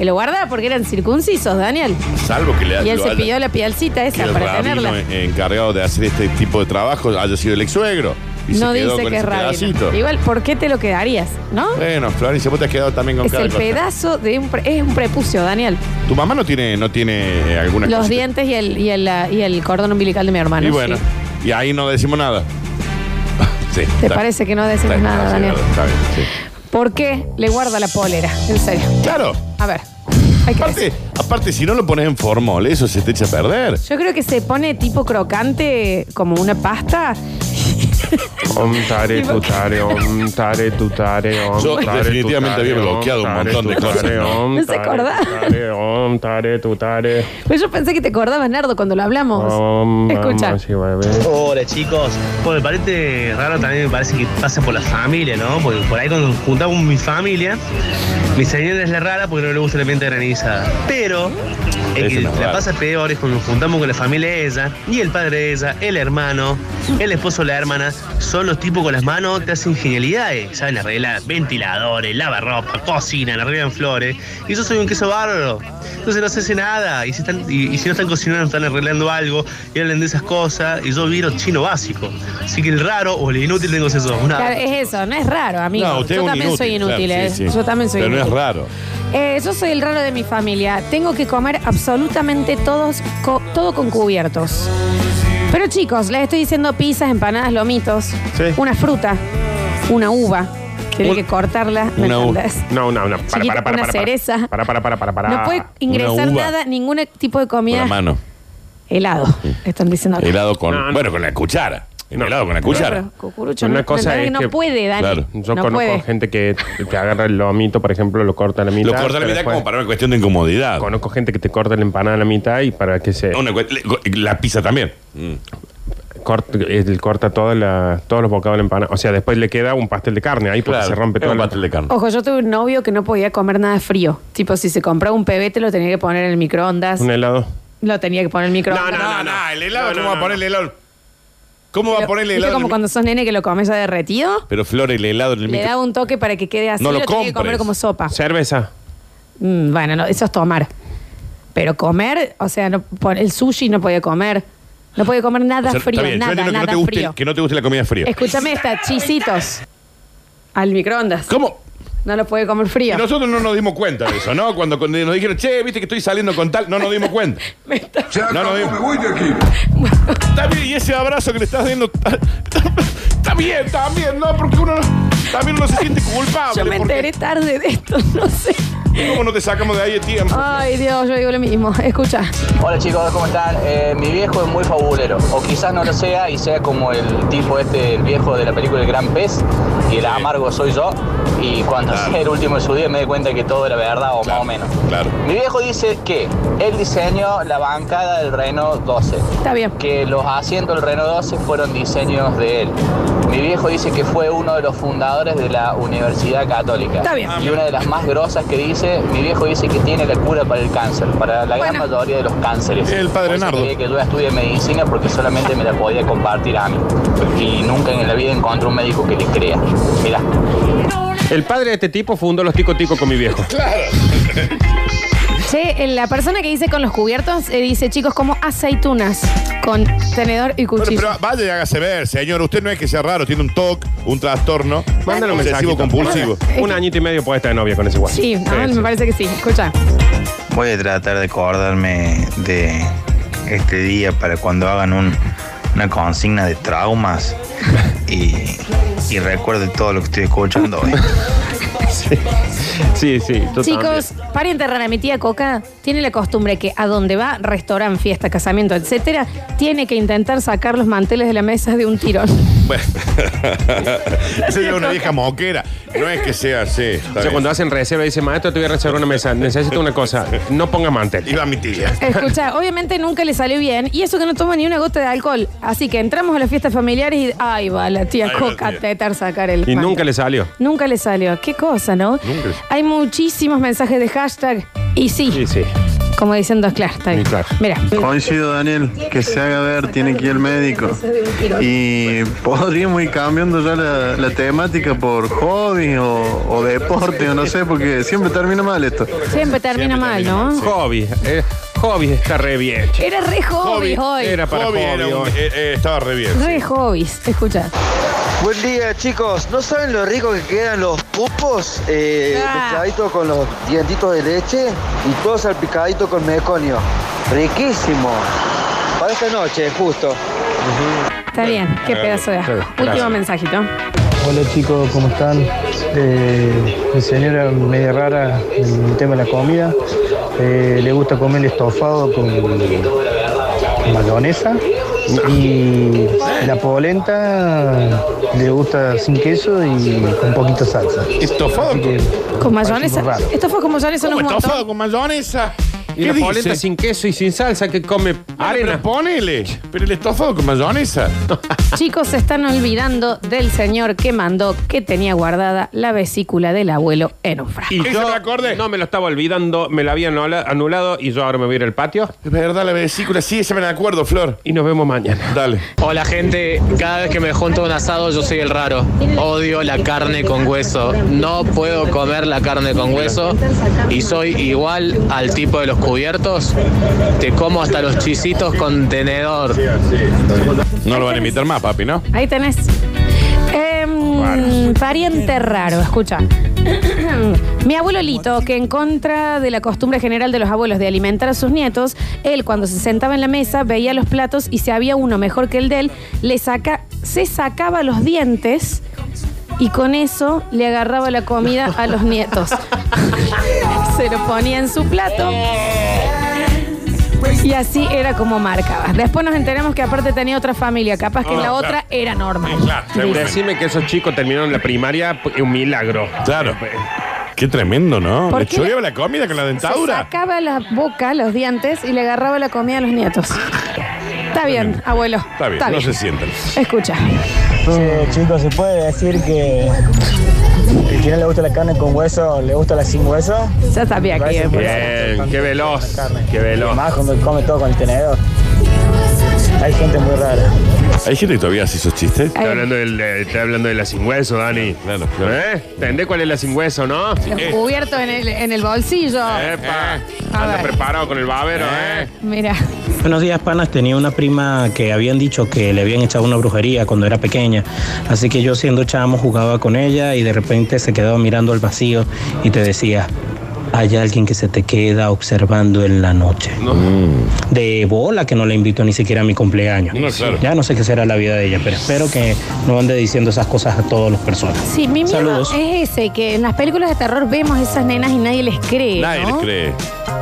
A: y lo guardaba porque eran circuncisos, Daniel.
B: Salvo que le
A: Y él
B: lo
A: se
B: haya-
A: pidió la pielcita
B: que
A: esa
B: el
A: para
B: rabino eh.
A: tenerla.
B: en- encargado de hacer este tipo de trabajo haya sido el ex suegro. Y
A: No
B: se quedó
A: dice
B: con
A: que es
B: ese pedacito.
A: rabino. Igual, ¿por qué te lo quedarías? ¿No?
B: Bueno, Florencia, vos te has quedado también con
A: Es
B: cada
A: el
B: cosa.
A: pedazo de un... pre- es un prepucio, Daniel.
B: Tu mamá no tiene, no tiene eh, alguna
A: Los
B: cosita?
A: dientes y el, y, el, ah, y el cordón umbilical de mi hermano.
B: Y bueno,
A: sí.
B: y ahí no decimos nada. Sí,
A: ¿Te
B: está-
A: parece que no decimos
B: está-
A: nada,
B: está-
A: Daniel?
B: está bien, sí.
A: ¿Por qué le guarda la polera? En serio.
B: Claro.
A: A ver. Hay que
B: Aparte,
A: decir.
B: aparte, si no lo pones en formol, eso se te echa a perder.
A: Yo creo que se pone tipo crocante como una pasta.
C: Om tare tutare, om tare tutare, om
B: Yo
C: tare
B: definitivamente
C: tutare,
B: había bloqueado un
C: om tare
B: montón de
C: tutare,
B: cosas, ¿no?
C: om
A: No se
C: tare
A: acordaba.
C: tutare, Om tare tutare.
A: Pues yo pensé que te acordabas, Nardo, cuando lo hablamos.
C: om,
A: Escucha.
C: vamos, sí, bebé.
I: Hola chicos, pues me parece raro también, me parece que pasa por la familia, ¿no? Porque por ahí cuando juntamos mi familia, mi señora es la rara porque no le gusta la pimienta granizada. Pero el
B: Ese
I: que
B: no es
I: la
B: raro.
I: pasa peor es cuando nos juntamos con la familia de ella, y el padre de ella, el hermano, el esposo o la hermana, son los tipos con las manos, te hacen genialidades, saben arreglar ventiladores, lavarropa, cocinan, arreglan flores, y yo soy un queso bárbaro. Entonces no se hace nada, y si, están- y- y si no están cocinando, están arreglando algo, y hablan de esas cosas, y yo viro chino básico. Así que el raro o el inútil tengo eso. Una
A: Claro, es eso, no es raro, amigo.
B: No, usted
A: yo
B: es un
A: también
B: inútil,
A: soy
B: claro,
A: inútil,
B: sí,
A: ¿eh?
B: sí.
A: Yo también soy
B: Pero no
A: inútil.
B: es raro.
A: Eh, yo soy el raro de mi familia. Tengo que comer absolutamente todos, co- todo con cubiertos. Pero chicos, les estoy diciendo pizzas, empanadas, lomitos,
B: Sí.
A: una fruta, una uva. que hay
B: Un-
A: que cortarla, ¿me
B: una uva.
A: entendés?
C: No, no, no. Para,
A: Chiquito,
C: para, para,
A: una
C: para,
A: cereza.
C: para. Para, para, para, para, para.
A: No puede ingresar
B: uva.
A: nada, ningún e-, tipo de
B: Con
A: comida.
B: la mano.
A: Helado, están diciendo acá.
B: Helado con.
C: No, no.
B: Bueno, con la cuchara.
C: No.
B: Helado con la
A: No,
B: cuchara.
A: pero, cucurucho,
C: Una
A: no,
C: cosa
A: ¿entendés?
C: es
A: no
C: que-
A: puede, Dani.
B: Claro,
C: Yo
A: no
C: conozco
A: puede.
C: gente que te agarra el lomito, por ejemplo, lo corta a la mitad.
B: Lo corta la
C: pero
B: mitad
C: después-
B: como para una cuestión de incomodidad.
C: Conozco gente que te corta la empanada a la mitad y para que se
B: Una cu- le- la pizza también. Mm.
C: corta, él corta toda la- todos los bocados de la empanada. O sea, después le queda un pastel de carne ahí porque se rompe
B: todo
C: todo.
B: el pastel de carne.
A: Ojo, yo tuve un novio que no podía comer nada frío. Tipo, si se compraba un pebete, lo tenía que poner en el microondas.
C: Un helado.
A: Lo tenía que poner en el microondas.
B: No, no, no, Ah, el helado,
C: No, no,
B: ¿cómo va
C: no,
B: a poner el helado? ¿Cómo va
A: Pero,
B: a poner el
A: ¿viste
B: helado? en
A: como
B: el-
A: cuando sos nene que lo comes ya derretido?
B: Pero Flor, el helado en el
A: Le
B: micro-
A: daba un toque para que quede así.
B: No lo
A: tenía que
B: compres.
A: comer como sopa.
C: Cerveza.
A: Mm, bueno, no, eso es tomar. Pero comer, o sea, no, por- el sushi no podía comer. No podía comer nada
B: O sea,
A: frío,
B: está bien, yo
A: nada,
B: entiendo que no
A: nada
B: te guste,
A: frío.
B: Que no te guste la comida fría.
A: Escúchame esta, chisitos. Al microondas.
B: ¿Cómo?
A: No lo puede comer frío.
B: Y nosotros no nos dimos cuenta de eso, ¿no? Cuando, cuando nos dijeron, che, viste que estoy saliendo con tal, no nos dimos cuenta.
A: Me está-
B: No nos dimos
J: voy de aquí.
B: Está bien, y ese abrazo que le estás dando. Está, está bien, también, ¿no? Porque uno no- también uno se siente culpable.
A: Yo me
B: porque-
A: enteré tarde de esto, no sé. Ah,
B: ¿Cómo no te sacamos de ahí el tiempo?
A: Ay, Dios, yo digo lo mismo. Escucha.
K: Hola chicos, ¿cómo están? Eh, mi viejo es muy fabulero, o quizás no lo sea y sea como el tipo este, el viejo de la película El Gran Pez, y el amargo soy yo, y cuando sea el último de su día me di cuenta que todo era verdad o más o menos.
B: Claro.
K: Mi viejo dice que el diseño, la bancada del Renault 12,
A: Está bien.
K: que los asientos del Renault 12 fueron diseños de él. Mi viejo dice que fue uno de los fundadores de la Universidad Católica.
A: Está bien.
K: Y una de las más grosas que dice, mi viejo dice que tiene la cura para el cáncer, para la gran
A: Bueno.
K: mayoría de los cánceres.
B: El padre
K: Por eso
B: Nardo.
K: quería que yo estudie medicina porque solamente me la podía compartir a mí. Y nunca en la vida encontré un médico que le crea. Mirá.
C: El padre de este tipo fundó los tico tico con mi viejo.
A: Che, eh, la persona que dice con los cubiertos eh, dice, chicos, como aceitunas con tenedor y
B: Bueno,
A: cuchillo.
B: pero vaya y hágase ver, señor. Usted no es que sea raro, tiene un TOC, un trastorno.
C: Mándale un mensaje.
B: obsesivo compulsivo.
C: Un añito y medio puede estar de novia con ese guay.
A: Sí, a mí me parece que sí. Escucha.
D: Voy a tratar de acordarme de este día para cuando hagan un- una consigna de traumas y, y recuerde todo lo que estoy escuchando hoy.
C: Sí, sí, yo
A: Chicos,
C: también.
A: para enterrar a mi tía Coca, tiene la costumbre que a donde va, restaurante, fiesta, casamiento, etcétera, tiene que intentar sacar los manteles de la mesa de un tirón.
B: Bueno. Esa es una vieja moquera. No es que sea así. está
C: O sea,
B: bien.
C: cuando hacen reserva, dicen, maestro, te voy a reservar una mesa. Necesito una cosa. No ponga mantel.
B: Iba mi tía.
A: Escucha, obviamente nunca le salió bien y eso que no toma ni una gota de alcohol. Así que entramos a las fiestas familiares y ahí va la tía
B: Ahí va la
A: Coca a
B: tía.
A: intentar sacar
C: Y
A: el mantel.
C: nunca le salió.
A: Nunca le salió. Qué cosa, ¿no?
B: Nunca le-
A: Hay muchísimos mensajes de hashtag y sí,
C: Sí, sí.
A: como diciendo, claro, está bien.
C: Y claro.
A: Mira,
J: Coincido, Daniel, que se haga ver, tiene que ir al médico. Y podríamos ir cambiando ya la, la temática por hobby o, o deporte, o no sé, porque siempre termina mal esto.
A: siempre termina mal, ¿no?
C: Hobby. eh, hobby está re bien. che.
A: Era re hobby
B: Hobby,
A: hoy.
C: Era para
B: Hobby
C: hobby.
B: era un-
C: hoy.
B: eh, eh, estaba re bien.
A: Re hobbies, escucha.
K: Buen día, chicos. ¿No saben lo rico que quedan los pupos eh,
A: Ah.
K: mezcladitos con los dientitos de leche y todo salpicadito con meconio? Riquísimo. Para esta noche, justo.
A: Está bien,
B: eh,
A: qué pedazo de asco.
C: claro,
A: Último
C: Eh, gracias.
A: mensajito.
E: Hola chicos, ¿cómo están? Eh, mi señora media rara en el tema de la comida. Eh, le gusta comer el estofado con mayonesa y la polenta le gusta sin queso y con poquito salsa.
B: Estofado
E: Así que,
A: Con mayonesa.
E: muy raro.
A: Esto fue con mayonesa, no
B: ¿Cómo
A: es un
B: estofado
A: montón.
B: con mayonesa?
C: Y
B: ¿Qué
C: la
B: dice?
C: polenta sin queso y sin salsa que come
B: Bueno,
C: arena.
B: Pero ponele. Pero el estofado con mayonesa.
A: Chicos, se están olvidando del señor que mandó que tenía guardada la vesícula del abuelo en un frasco.
C: Y
B: ¿Ese
C: yo
B: me acordé?
C: no me lo estaba olvidando, me lo habían anula- anulado y yo ahora me voy a ir al patio
B: Es verdad, la vesícula. Sí, esa me la acuerdo, Flor.
C: y nos vemos mañana.
B: Dale.
K: Hola gente, cada vez que me junto a un asado yo soy el raro. Odio la carne con hueso. No puedo comer la carne con hueso y soy igual al tipo de los cubiertos. Te como hasta los chisitos con tenedor.
B: No lo van a invitar más, papi, ¿no?
A: Ahí tenés. Em, pariente raro, escucha. Mi abuelo Lito, que en contra de la costumbre general de los abuelos de alimentar a sus nietos, él cuando se sentaba en la mesa veía los platos y si había uno mejor que el de él, le saca, se sacaba los dientes y con eso le agarraba la comida a los nietos. se lo ponía en su plato. Y así era como marcaba. Después nos enteramos que aparte tenía otra familia, capaz que
B: Ah,
A: la
B: claro.
A: otra era normal.
B: Claro, seguro.
C: Decime que esos chicos terminaron la primaria, p- un milagro.
B: Claro. Qué tremendo, ¿no?
A: ¿Por
B: Le
A: qué?
B: choreaba la comida con la
A: Se
B: dentadura.
A: sacaba la boca, los dientes y le agarraba la comida a los nietos. Está bien, abuelo.
B: Está bien, no se sientan.
A: Escucha.
E: chicos, ¿se puede decir que el que no le gusta la carne con hueso, le gusta la sin hueso?
A: Ya sabía que.
C: Bien, qué veloz, qué veloz.
E: Más cuando come todo con el tenedor. Hay gente muy rara.
B: ¿Hay gente que todavía hace esos chistes?
C: Estoy hablando, del, de, estoy hablando de la sin hueso, Dani.
B: Claro, claro.
C: ¿Eh? ¿Entendés cuál es la sin hueso, no?
B: Eh.
A: Cubierto en el, en el bolsillo.
C: Epa,
A: A
C: anda
A: ver.
C: preparado con el babero, ¿eh?
A: Mira.
E: Buenos días, panas. Tenía una prima que habían dicho que le habían echado una brujería cuando era pequeña. Así que yo siendo chamo jugaba con ella y de repente se quedaba mirando al vacío y te decía, hay alguien que se te queda observando en la noche. De bola que no la invito ni siquiera a mi cumpleaños.
B: No, claro.
E: Ya no sé qué será la vida de ella, pero espero que no ande diciendo esas cosas a todas las personas.
A: Sí, mi miedo
E: Saludos.
A: es ese, que en las películas de terror vemos esas nenas y nadie les cree.
B: Nadie
A: ¿no? Ah,
B: les cree.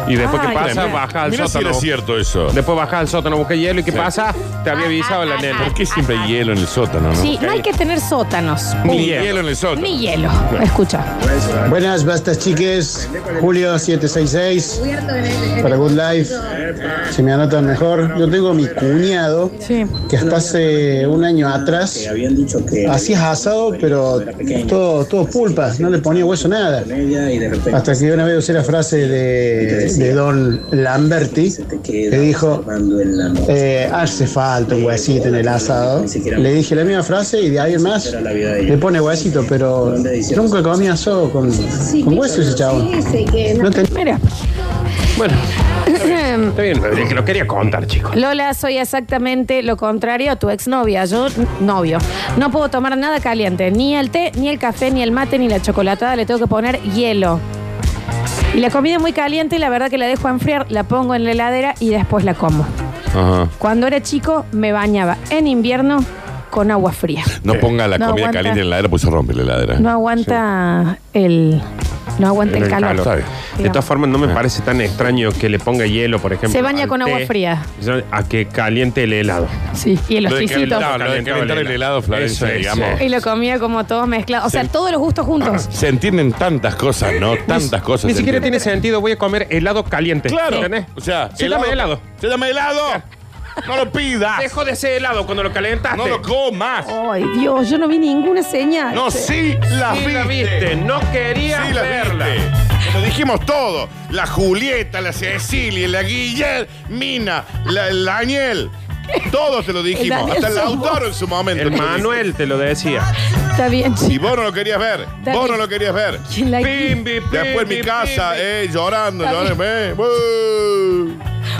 C: Y después,
A: Ay,
C: ¿qué pasa?
A: mira.
C: Baja al
B: Mira si
C: sótano.
B: era cierto eso.
C: después baja al sótano, busca hielo. ¿Y qué pasa? Te
A: Ah,
C: había avisado la nena.
B: ¿Por qué siempre hay hielo en el sótano, no?
A: Sí, no hay que tener sótanos.
B: Ni hielo en el sótano.
A: Ni hielo. Escucha.
E: Buenas, bastas chiques. Julio 766 para Good Life. Si me anotan mejor. Yo tengo a mi cuñado
A: Sí.
E: que hasta hace un año atrás hacía asado, pero todo, todo pulpa, no le ponía hueso nada. Hasta que una vez usé la frase de, de Don Lamberti, que dijo, eh, hace falta un huesito en el asado. Le dije la misma frase y de ahí en más le pone huesito, pero nunca comía asado con, con hueso ese chabón. No tenía
A: Mira.
C: Bueno, está bien. Es que lo quería contar, chicos.
A: Lola, soy exactamente lo contrario a tu exnovia. Yo, n- novio. No puedo tomar nada caliente. Ni el té, ni el café, ni el mate, ni la chocolatada. Le tengo que poner hielo. Y la comida muy caliente, la verdad que la dejo enfriar, la pongo en la heladera y después la como.
B: Ajá.
A: Cuando era chico, me bañaba en invierno con agua fría.
B: No ponga la pues
A: No
B: comida
A: aguanta.
B: caliente en la heladera porque se rompe la heladera.
A: No aguanta el, No aguanta
C: en
A: el
C: el
A: calor.
C: calor. De
A: Digamos.
C: todas formas, no me
B: Ah.
C: parece tan extraño que le ponga hielo, por ejemplo.
A: Se baña
C: al
A: con agua
C: té,
A: fría.
C: A que caliente el helado.
A: Sí, y el
C: Lo de
A: hosticitos.
C: calentar,
B: Lo de calentar el helado, Florencia,
C: Eso es,
B: digamos.
A: Y lo comía como todo mezclado. O sea,
B: Sí.
A: todos los gustos juntos.
B: Se entienden tantas cosas, ¿no? Tantas cosas.
C: Ni
B: se
C: siquiera
B: entienden.
C: tiene sentido, voy a comer helado caliente.
B: Claro.
C: ¿Entendés?
B: O sea,
C: Se llama helado.
B: Se llama Ah, helado. No lo pidas.
C: Dejó de ser helado cuando lo calentaste.
B: No lo comas.
A: Ay, Dios, yo no vi ninguna señal.
B: No, sí la
C: Sí
B: viste.
C: la viste, no quería
B: Sí la
C: verla.
B: viste. Lo dijimos todo. La Julieta, la Cecilia, la Guillermina, la, el Daniel. Todos te lo dijimos.
A: Daniel
B: Hasta el
A: sos
B: Lautaro en su momento.
C: El
B: te lo
C: Manuel te lo decía.
A: Está bien,
B: dijimos. Y
A: chico.
B: vos no lo querías ver.
A: Daniel.
B: Vos no lo querías ver.
A: ¿Quién la-
C: Pimbi, pimbi,
B: Después en mi casa,
C: pimbi.
B: eh, llorando,
A: Está
B: llorando. eh, buh.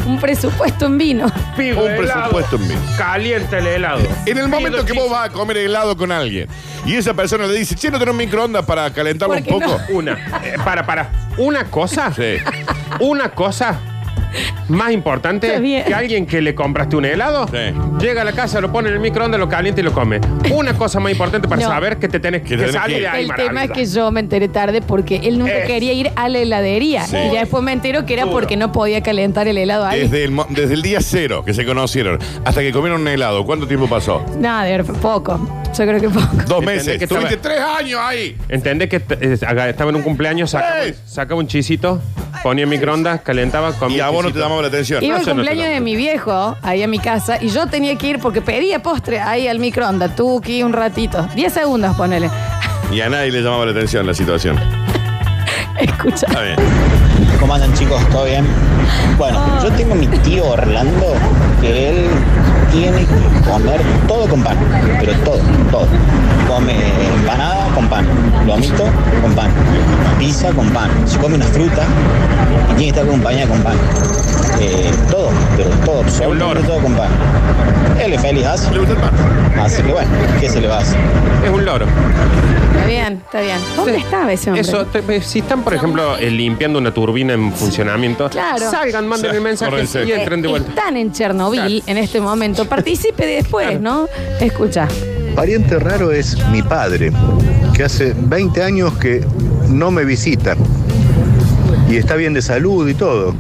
A: Un presupuesto en vino.
C: Pido
B: Un
C: helado.
B: presupuesto en mí.
C: Caliente el helado.
B: En el momento
C: Pido
B: que vos vas a comer helado con alguien y esa persona le dice, che, no tenés microondas para calentarlo un
A: ¿Por qué
B: poco.
C: pizza. Una. Eh, para, para. Una cosa.
B: Sí.
C: Una cosa más importante
A: Está bien.
C: que alguien que le compraste un helado,
B: Sí.
C: llega a la casa, lo pone en el microondas, lo calienta y lo come. Una cosa más importante para
A: No.
C: saber que te tenés que,
B: Que tenés
C: salir
B: que-
C: de ahí,
A: el tema es
C: maravilla.
A: que yo me enteré tarde porque él nunca
C: Es.
A: quería ir a la heladería.
B: Sí.
A: Y ya después me entero que era
B: Duro.
A: porque no podía calentar el helado ahí.
B: Desde el, mo- desde el día cero que se conocieron hasta que comieron un helado, ¿cuánto tiempo pasó?
A: Nada, de- poco. Yo creo que poco.
B: Dos
C: Entendés
B: meses.
C: que
B: Tuviste
C: estaba-
B: tres años ahí.
C: Entendés que t- eh, haga- estaba en un cumpleaños, sacaba,
B: ¡Ey!
C: sacaba un chisito, ponía en microondas, calentaba, comía.
B: Y a vos no te
C: chisito.
B: llamaba la atención.
A: Iba
C: no,
A: al
C: yo no
A: cumpleaños
C: te lo-
A: de mi viejo ahí a mi casa y yo tenía que ir porque pedía postre ahí al microondas. Tuki, un ratito. Diez segundos, ponele.
B: Y a nadie le llamaba la atención la situación.
A: Escucha.
B: Está bien.
K: ¿Cómo andan chicos? ¿Todo bien? Bueno, yo tengo a mi tío Orlando que él tiene que comer todo con pan, pero todo, todo. Come empanada con pan, lomito con pan, pizza con pan, se come una fruta y tiene que estar acompañada con pan. Eh, todo, pero todo, absolutamente todo con pan. Él es feliz, así,
B: ¿Le gusta el pan?
K: así que bueno, ¿qué se le va a hacer?
C: Es un loro.
A: Está bien, está bien. ¿Dónde estaba ese hombre?
C: Eso, te- si están, por ejemplo, eh, limpiando una turbina en funcionamiento,
A: Claro.
C: salgan, manden
B: Sí,
C: el mensaje
B: córrense.
C: y entren de vuelta.
A: Eh, Están en Chernobyl en este momento. Participe después, ¿no? Escucha.
L: Pariente raro es mi padre, que hace 20 años que no me visita. Y está bien de salud y todo.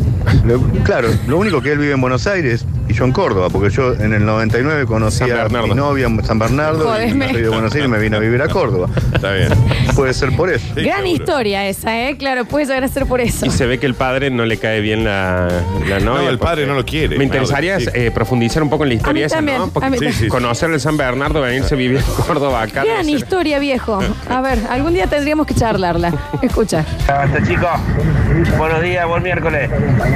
L: Lo- claro, lo único que él vive en Buenos Aires y yo en Córdoba, porque yo en el 99 conocí
C: San
L: a
C: Bernardo.
L: mi novia en San Bernardo y
A: Jodeme.
L: me fui de Buenos Aires y me vine a vivir a Córdoba.
B: Está bien.
L: Puede ser por eso.
B: Sí,
A: Gran
B: seguro.
A: historia esa, ¿eh? Claro, puede llegar a ser por eso.
C: Y se ve que el padre no le cae bien la, la novia.
B: el padre
C: porque
B: no lo quiere.
C: Me interesaría
B: Sí.
C: eh, profundizar un poco en la historia
A: mí
C: esa,
A: también,
C: ¿no? Porque
A: a mí Sí, también. sí, sí.
C: Conocer el San Bernardo, venirse a vivir en Córdoba acá.
A: Gran
C: debe ser-
A: historia, viejo. A ver, algún día tendríamos que charlarla. Escucha.
I: Hasta chicos, buenos días, buen miércoles.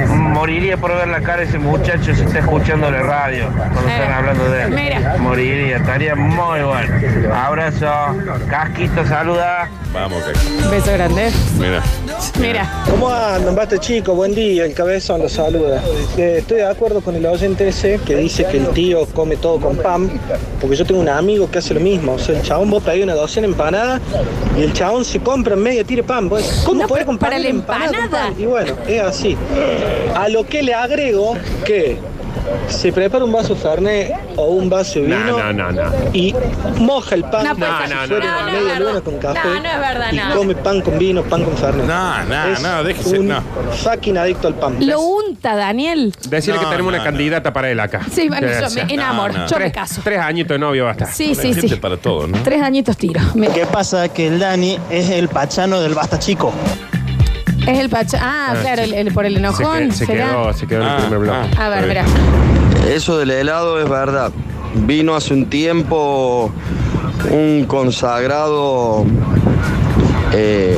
I: Moriría por ver la cara de ese muchacho si está escuchando la radio cuando están hablando de él.
A: Mira.
I: Moriría, estaría muy bueno. Abrazo, casquito, saluda.
B: Vamos, Caco.
A: Beso grande.
B: Mira.
A: Mira.
E: ¿Cómo andan? Basta chico, buen día, el cabezón los saluda. Eh, estoy de acuerdo con el oyente ese que dice que el tío come todo con pan, porque yo tengo un amigo que hace lo mismo. O sea, el chabón vos pedís una docena de empanadas y el chabón se compra media tira de pan. Vos, ¿Cómo
A: No,
E: podés
A: pero
E: comprar
A: para la
E: una empanada con
A: empanada.
E: pan? Y bueno, es así. A lo que le agrego que se prepara un vaso de fernet o un vaso de
C: No, no,
E: vino
C: no, no.
E: y moja el pan
A: No, pues,
C: No, no, no,
E: suero
C: no,
E: de
C: no,
E: media
A: no,
E: luna con café
A: no, no es verdad,
E: y
A: no.
E: come pan con vino, pan con fernet.
B: No, no,
E: Es
B: no, déjese.
E: un
B: No.
E: fucking adicto al pan.
A: Lo unta, Daniel.
C: Decirle
B: No,
C: que tenemos una
B: no, no.
C: candidata para él acá.
A: Sí, bueno,
C: Debe
A: yo
C: ser.
A: me enamoro.
B: No, no.
A: Yo me
C: Tres,
A: caso.
C: tres años de novio va a estar.
A: Sí, sí,
B: Gente
A: sí.
B: para todo, ¿no?
A: Tres añitos tiro. Me-
K: que pasa? Que el Dani es el pachano del basta chico.
A: Es el pacha. Ah, claro, el, el- por
C: Se,
A: el
C: que-
A: enojón.
C: se
A: ¿será?
C: quedó, se quedó en
B: Ah,
C: el primer bloque.
B: ah.
A: A ver,
B: Está
A: mira.
B: bien.
M: Eso del helado es verdad. Vino hace un tiempo un consagrado eh,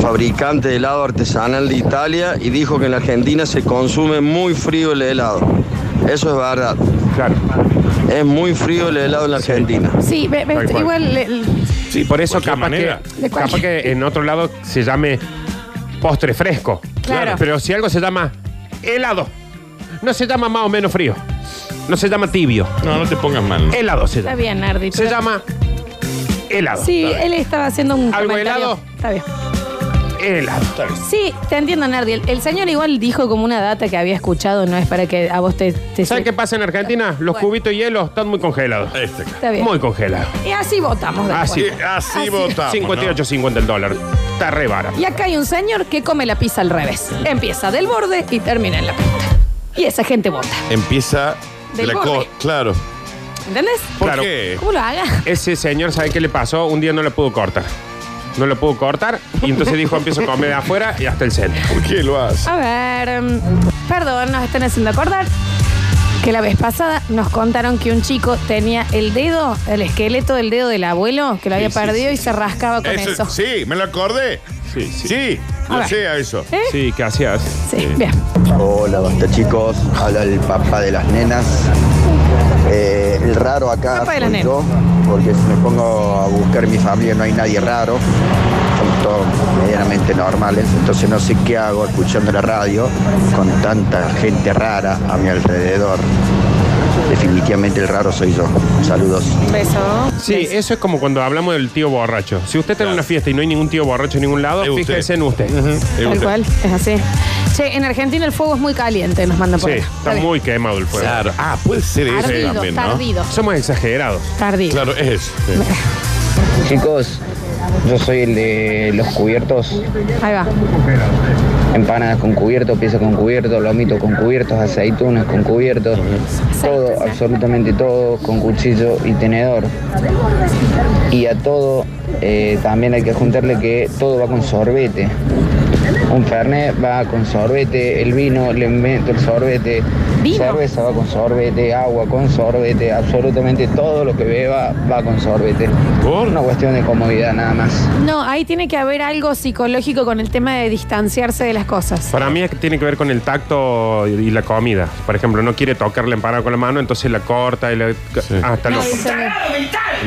M: fabricante de helado artesanal de Italia y dijo que en la Argentina se consume muy frío el helado. Eso es verdad.
C: Claro.
M: Es muy frío el helado en la Argentina.
A: Sí, ve- ve-
C: Tal cual.
A: igual. le- le-
C: Sí, por eso
B: cualquier
C: capaz que,
B: manera.
A: De cualquier-
C: capaz que en otro lado se llame postre fresco.
A: Claro.
C: Pero si algo se llama helado, no se llama más o menos frío. No se llama tibio.
B: No, no te pongas mal. ¿no?
C: Helado se
A: está
C: llama.
A: bien, Nardi.
C: Se
A: pero-
C: llama helado.
A: Sí, él estaba haciendo un.
C: ¿Algo
A: comentario.
C: helado?
A: Está bien.
C: Helado.
A: Sí, te entiendo, Nardi. El, el señor igual dijo como una data que había escuchado, no es para que a vos te. te
C: ¿Sabes qué pasa en Argentina? Los
A: Bueno.
C: cubitos de hielo están muy congelados.
B: Este acá.
A: Está bien.
C: Muy congelados.
A: Y así votamos. después.
C: Así.
B: Sí, así votamos.
C: 58.50 el dólar. Está re barato.
A: Y acá hay un señor que come la pizza al revés. Empieza del borde y termina en la punta. Y esa gente vota.
B: Empieza de
A: Del
B: la
A: borde.
B: co- Claro.
A: ¿Entendés?
C: ¿Por Claro. qué?
A: ¿Cómo lo haga?
C: Ese señor, ¿sabe qué le pasó? Un día no la pudo cortar. No la pudo cortar y entonces dijo, empiezo a comer de afuera y hasta el centro.
B: ¿Por qué lo hace?
A: A ver, mm, perdón, nos están haciendo acordar que la vez pasada nos contaron que un chico tenía el dedo, el esqueleto del dedo del abuelo, que lo había
B: Sí, sí,
A: perdido y se rascaba con eso.
B: Eso- Sí, me lo acordé.
C: Sí, sí.
B: Sí,
A: A
B: lo
A: ver.
B: sé a eso.
A: ¿Eh?
C: Sí, ¿qué hacías?
A: Sí, bien.
N: Hola, basta chicos. Habla el papá de las nenas. Eh, el raro acá
A: Papá de las
N: soy
A: nenas.
N: yo, porque si me pongo a buscar mi familia no hay nadie raro. Son todos medianamente normales. Entonces no sé qué hago escuchando la radio con tanta gente rara a mi alrededor. Definitivamente el raro soy yo. Saludos.
A: Beso.
C: Sí, eso es como cuando hablamos del tío borracho. Si usted está en una fiesta y no hay ningún tío borracho en ningún lado, fíjese en usted.
A: Tal cual, es así. Che, en Argentina el fuego es muy caliente, nos mandan por
C: Sí,
A: acá.
C: está muy quemado el fuego.
B: Claro. Ah, puede ser
A: eso Ardido, también, ¿no? tardido.
C: Somos exagerados.
A: Tardido.
B: Claro, es.
O: Chicos, yo soy el de los cubiertos,
A: Ahí va.
O: empanadas con cubierto, pizza con cubierto, lomito con cubiertos, aceitunas con cubiertos, todo, absolutamente todo, con cuchillo y tenedor. Y a todo eh, también hay que juntarle que todo va con sorbete. Un fernet va con sorbete, el vino le meto el sorbete, cerveza va con sorbete, agua con sorbete, absolutamente todo lo que beba va con sorbete. Una cuestión de comodidad nada más.
A: No, ahí tiene que haber algo psicológico con el tema de distanciarse de las cosas.
C: Para mí es que tiene que ver con el tacto y y la comida. Por ejemplo, no quiere tocar la empanada con la mano, entonces la corta y la... Ah, está loco.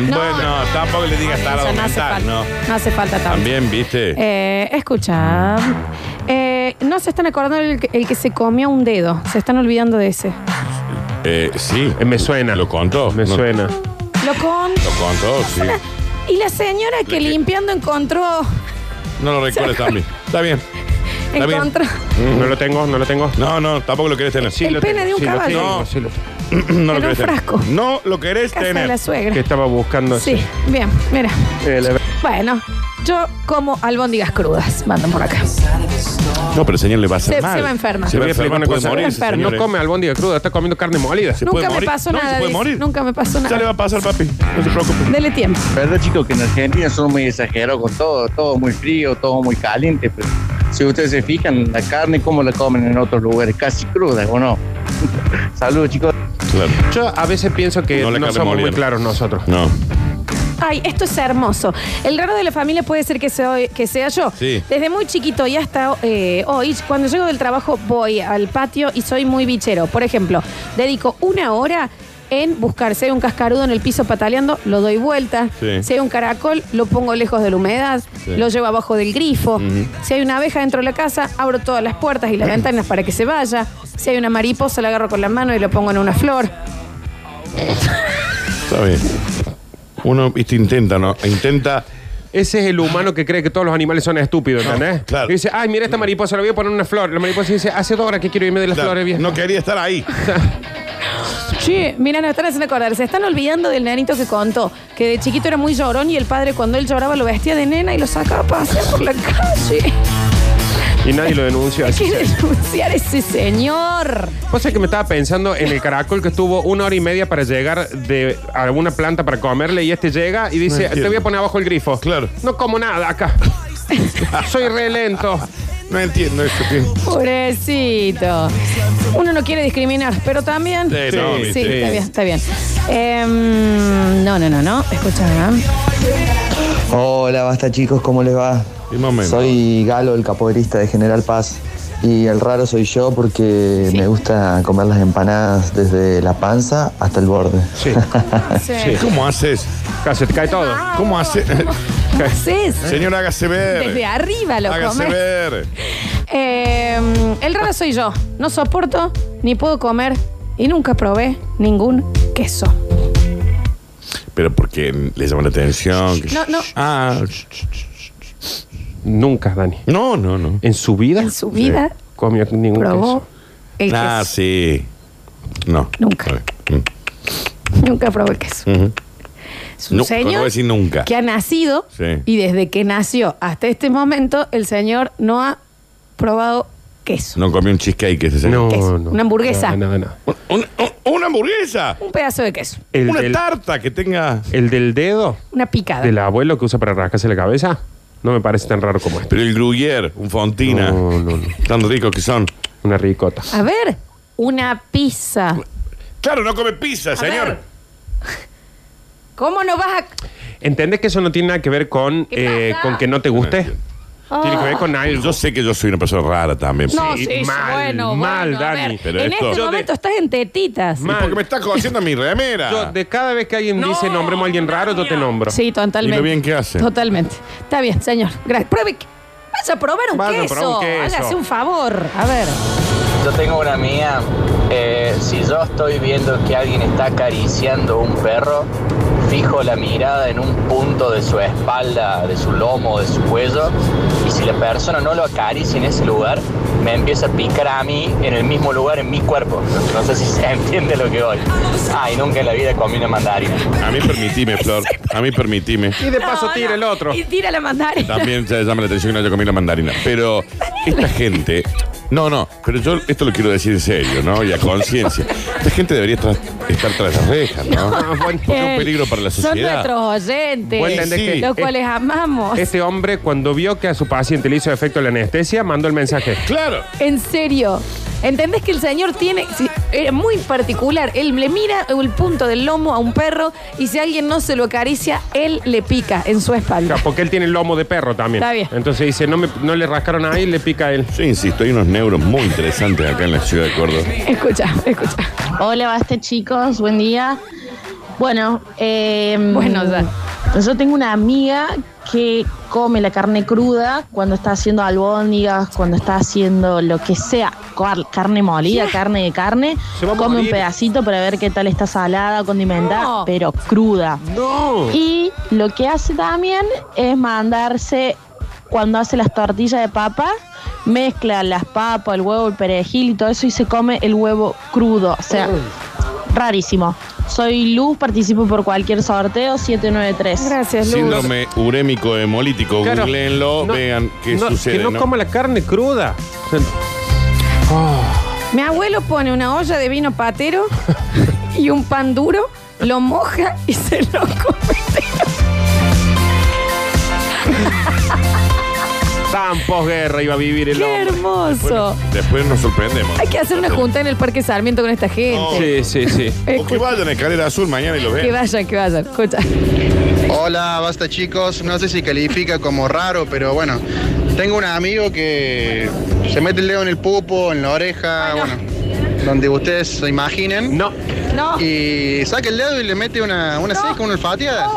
A: No.
B: Bueno, tampoco le digas tarado
A: Eso no hace
B: mental,
A: falta.
B: ¿no?
A: No hace falta tanto.
B: También, ¿viste?
A: Eh, escucha. Eh, no se están acordando el que, el que se comió un dedo. Se están olvidando de ese.
B: Eh, sí.
C: me suena.
B: ¿Lo contó?
C: Me
B: No.
C: suena.
A: Lo con.
B: Lo contó, sí.
A: Y la señora que limpiando encontró.
B: No lo recuerdes también. Está bien. Está bien.
A: encontró
C: No lo tengo, no lo tengo.
B: No, no, tampoco lo querés tener.
A: El lo pene tengo. de un Sí, lo caballo. tengo,
B: No,
C: sí lo-
B: no
A: En
B: lo
A: un
B: querés tener.
A: frasco.
B: No lo querés
A: Casa de
B: tener.
A: la suegra. Que
C: estaba buscando. eh,
A: Sí, bien, mira. Bueno, yo como albóndigas crudas. Mandan por acá.
B: No, pero señor le va a hacer
A: Se-
B: mal.
A: se va a enfermar.
B: Se va a enfermar, puede morir.
A: Se va a enfermar.
C: No come albóndiga cruda, está comiendo carne molida.
A: Nunca me pasó nada. dice. Nunca me pasó nada.
B: va a pasar, papi. No se preocupe.
A: Dele tiempo.
P: Verdad, chicos, que en Argentina somos muy exagerados con todo, todo muy frío, todo muy caliente. Pero si ustedes se fijan, la carne, ¿cómo la comen en otros lugares? Casi cruda, ¿o no? Saludos, chicos.
C: Yo a veces pienso que no,
P: No le cabe
C: somos muy
P: molida.
C: claros nosotros.
B: No.
A: Ay, esto es hermoso. El raro de la familia puede ser que sea, que sea yo.
C: Sí.
A: Desde muy chiquito y hasta eh, hoy, cuando llego del trabajo, voy al patio y soy muy bichero. Por ejemplo, dedico una hora en buscar si hay un cascarudo en el piso pataleando, lo doy vuelta.
Q: Sí.
A: Si hay un caracol, lo pongo lejos de la humedad,
Q: Sí.
A: lo llevo abajo del grifo.
Q: Ujú.
A: Si hay una abeja dentro de la casa, abro todas las puertas y las ventanas para que se vaya. Si hay una mariposa, la agarro con la mano y lo pongo en una flor.
B: Está bien. Uno viste, intenta, ¿no? Intenta.
C: Ese es el humano que cree que todos los animales son estúpidos, ¿entendés? claro. Y dice, ay, mira esta mariposa, le voy a poner una flor. La mariposa dice, hace dos horas que quiero irme de las flores, vieja.
B: No quería estar ahí.
A: Sí, mira, nos están haciendo acordar. Se están olvidando del nenito que contó que de chiquito era muy llorón y el padre, cuando él lloraba, lo vestía de nena y lo sacaba a pasear por la calle.
C: Y nadie lo denuncia.
A: Hay
C: así
A: que
C: sea.
A: denunciar a ese señor.
C: Vos sabés que me estaba pensando en el caracol que estuvo una hora y media para llegar de alguna planta para comerle y este llega y dice, te
B: entiendo.
C: voy a poner abajo el grifo. Claro. No como nada acá. Soy re lento.
B: No entiendo esto que.
A: Pobrecito. Uno no quiere discriminar, pero también.
B: Sí, no,
A: sí,
B: sí.
A: está bien, está bien. Em, no, no, no, no. Escucha. ¿eh?
R: Hola, basta chicos, ¿cómo les va? Soy Galo, el capoeirista de General Paz. Y el raro soy yo porque me gusta comer las empanadas desde la panza hasta el borde. Sí.
B: Sí. ¿Cómo haces?
C: Casi te cae todo.
B: ¿Cómo haces?
A: haces?
B: Señor, hágase ver.
A: Desde arriba lo
B: Hágase
A: comes.
B: ver.
A: Em, el raro soy yo. No soporto, ni puedo comer y nunca probé ningún queso.
B: Pero porque le llama la atención. que-
A: No, no.
B: Ah.
C: Nunca, Dani.
B: No, no, no.
C: En su vida. En
A: su vida.
C: Comió ningún
A: Probó el
B: Ah,
A: queso.
B: sí. No. mm.
A: Nunca. Nunca probó el queso.
B: Ujú.
A: Es un
B: Nunca,
A: señor
B: no voy a decir nunca.
A: que ha nacido
B: Sí.
A: y desde que nació hasta este momento el señor no ha probado queso.
B: No comí un cheesecake ese señor.
A: Queso. Una hamburguesa.
C: No, no, no.
B: Un- un- una hamburguesa.
A: Un pedazo de queso.
C: El
B: una
C: del-
B: tarta que tenga.
C: El del dedo
A: Una picada.
C: del abuelo que usa para rascarse la cabeza no me parece tan raro como este.
B: Pero el Gruyère, un Fontina. Tan ricos que son.
C: Una ricota.
A: A ver, una pizza.
B: Claro, no come pizza, señor.
A: ¿Cómo no vas a.?
C: ¿Entendés que eso no tiene nada que ver con, eh, con que no te guste? Tiene que ver con algo.
B: Yo sé que yo soy una persona rara también.
A: Oh. Ah. No, sí, sí, bueno, bueno, a ver,
B: Pero
A: en
B: esto.
A: este
B: Yo de-
A: momento estás en tetitas.
B: Y porque me estás cosiendo mi remera.
C: Yo, de cada vez que alguien dice nombremos a alguien raro, yo te nombro.
A: Sí, totalmente.
C: Y lo bien que hace.
A: Totalmente. Está bien, señor. Gracias. Pruebe. que- Vas a probar un,
P: Vas a
A: queso.
P: probar un queso.
A: Hágase un favor. A ver.
P: Yo tengo una mía. eh, si yo estoy viendo que alguien está acariciando un perro, fijo la mirada en un punto de su espalda, de su lomo, de su cuello, y si la persona no lo acaricia en ese lugar, me empieza a picar a mí en el mismo lugar, en mi cuerpo. No sé si se entiende lo que voy. Ay, nunca en la vida comí una mandarina.
B: A mí permitime, Flor. A mí permitime.
C: Y de paso tira el otro.
A: Y tira la mandarina.
B: También se llama la atención que no haya comido la mandarina. Pero esta gente. No, no, pero yo esto lo quiero decir en serio, ¿no? Y a conciencia. Esta gente debería tra- estar tras las rejas, ¿no?
C: Ah,
B: Porque es un peligro para la
A: Son
B: sociedad.
A: nuestros oyentes,
C: Vos entendés que-
A: los
C: eh,
A: cuales amamos.
C: Este hombre, cuando vio que a su paciente le hizo efecto la anestesia, mandó el mensaje.
B: ¡Claro!
A: En serio. ¿Entendés que el señor tiene. si- eh, muy particular. Él le mira el punto del lomo a un perro y si alguien no se lo acaricia, él le pica en su espalda.
C: Porque él tiene el lomo de perro también.
A: Está bien.
C: Entonces dice, no, me- no le rascaron ahí, le pica a él.
B: Yo insisto, hay unos neuros muy interesantes acá en la ciudad de Córdoba.
A: Escucha, escucha.
Q: Hola, basta chicos, buen día. Bueno, eh,
A: Bueno, ya.
Q: yo tengo una amiga que come la carne cruda cuando está haciendo albóndigas, cuando está haciendo lo que sea, car- carne molida,
A: Ya.
Q: carne de carne,
A: Se va a
Q: come un
A: morir.
Q: pedacito para ver qué tal está salada o condimentada,
A: No.
Q: pero cruda.
C: No.
Q: Y lo que hace también es mandarse, cuando hace las tortillas de papa, mezcla las papas, el huevo, el perejil y todo eso y se come el huevo crudo. O sea, rarísimo. Soy Luz, participo por cualquier sorteo 793.
A: Gracias,
B: Síndrome urémico hemolítico,
Q: Claro.
B: googleenlo,
Q: No,
B: vean qué
C: no,
B: sucede.
C: que no coma la carne cruda.
A: Mi abuelo pone una olla de vino patero y un pan duro, lo moja y se lo come.
C: Tan posguerra iba a vivir el
A: ¡Qué
C: hombre.
A: hermoso!
B: Después nos sorprendemos.
A: Hay que hacer una junta en el Parque Sarmiento con esta gente.
C: Sí, sí, sí.
B: O que vayan a Escalera Azul mañana y lo
A: Que
B: vean.
A: vayan, que vayan. Escucha.
S: Hola, basta chicos. No sé si califica como raro, pero bueno, tengo un amigo que se mete el dedo en el pupo, en la oreja, bueno, donde ustedes se imaginen.
C: No.
A: No.
S: Y saca el dedo y le mete una, una seca, una olfateada.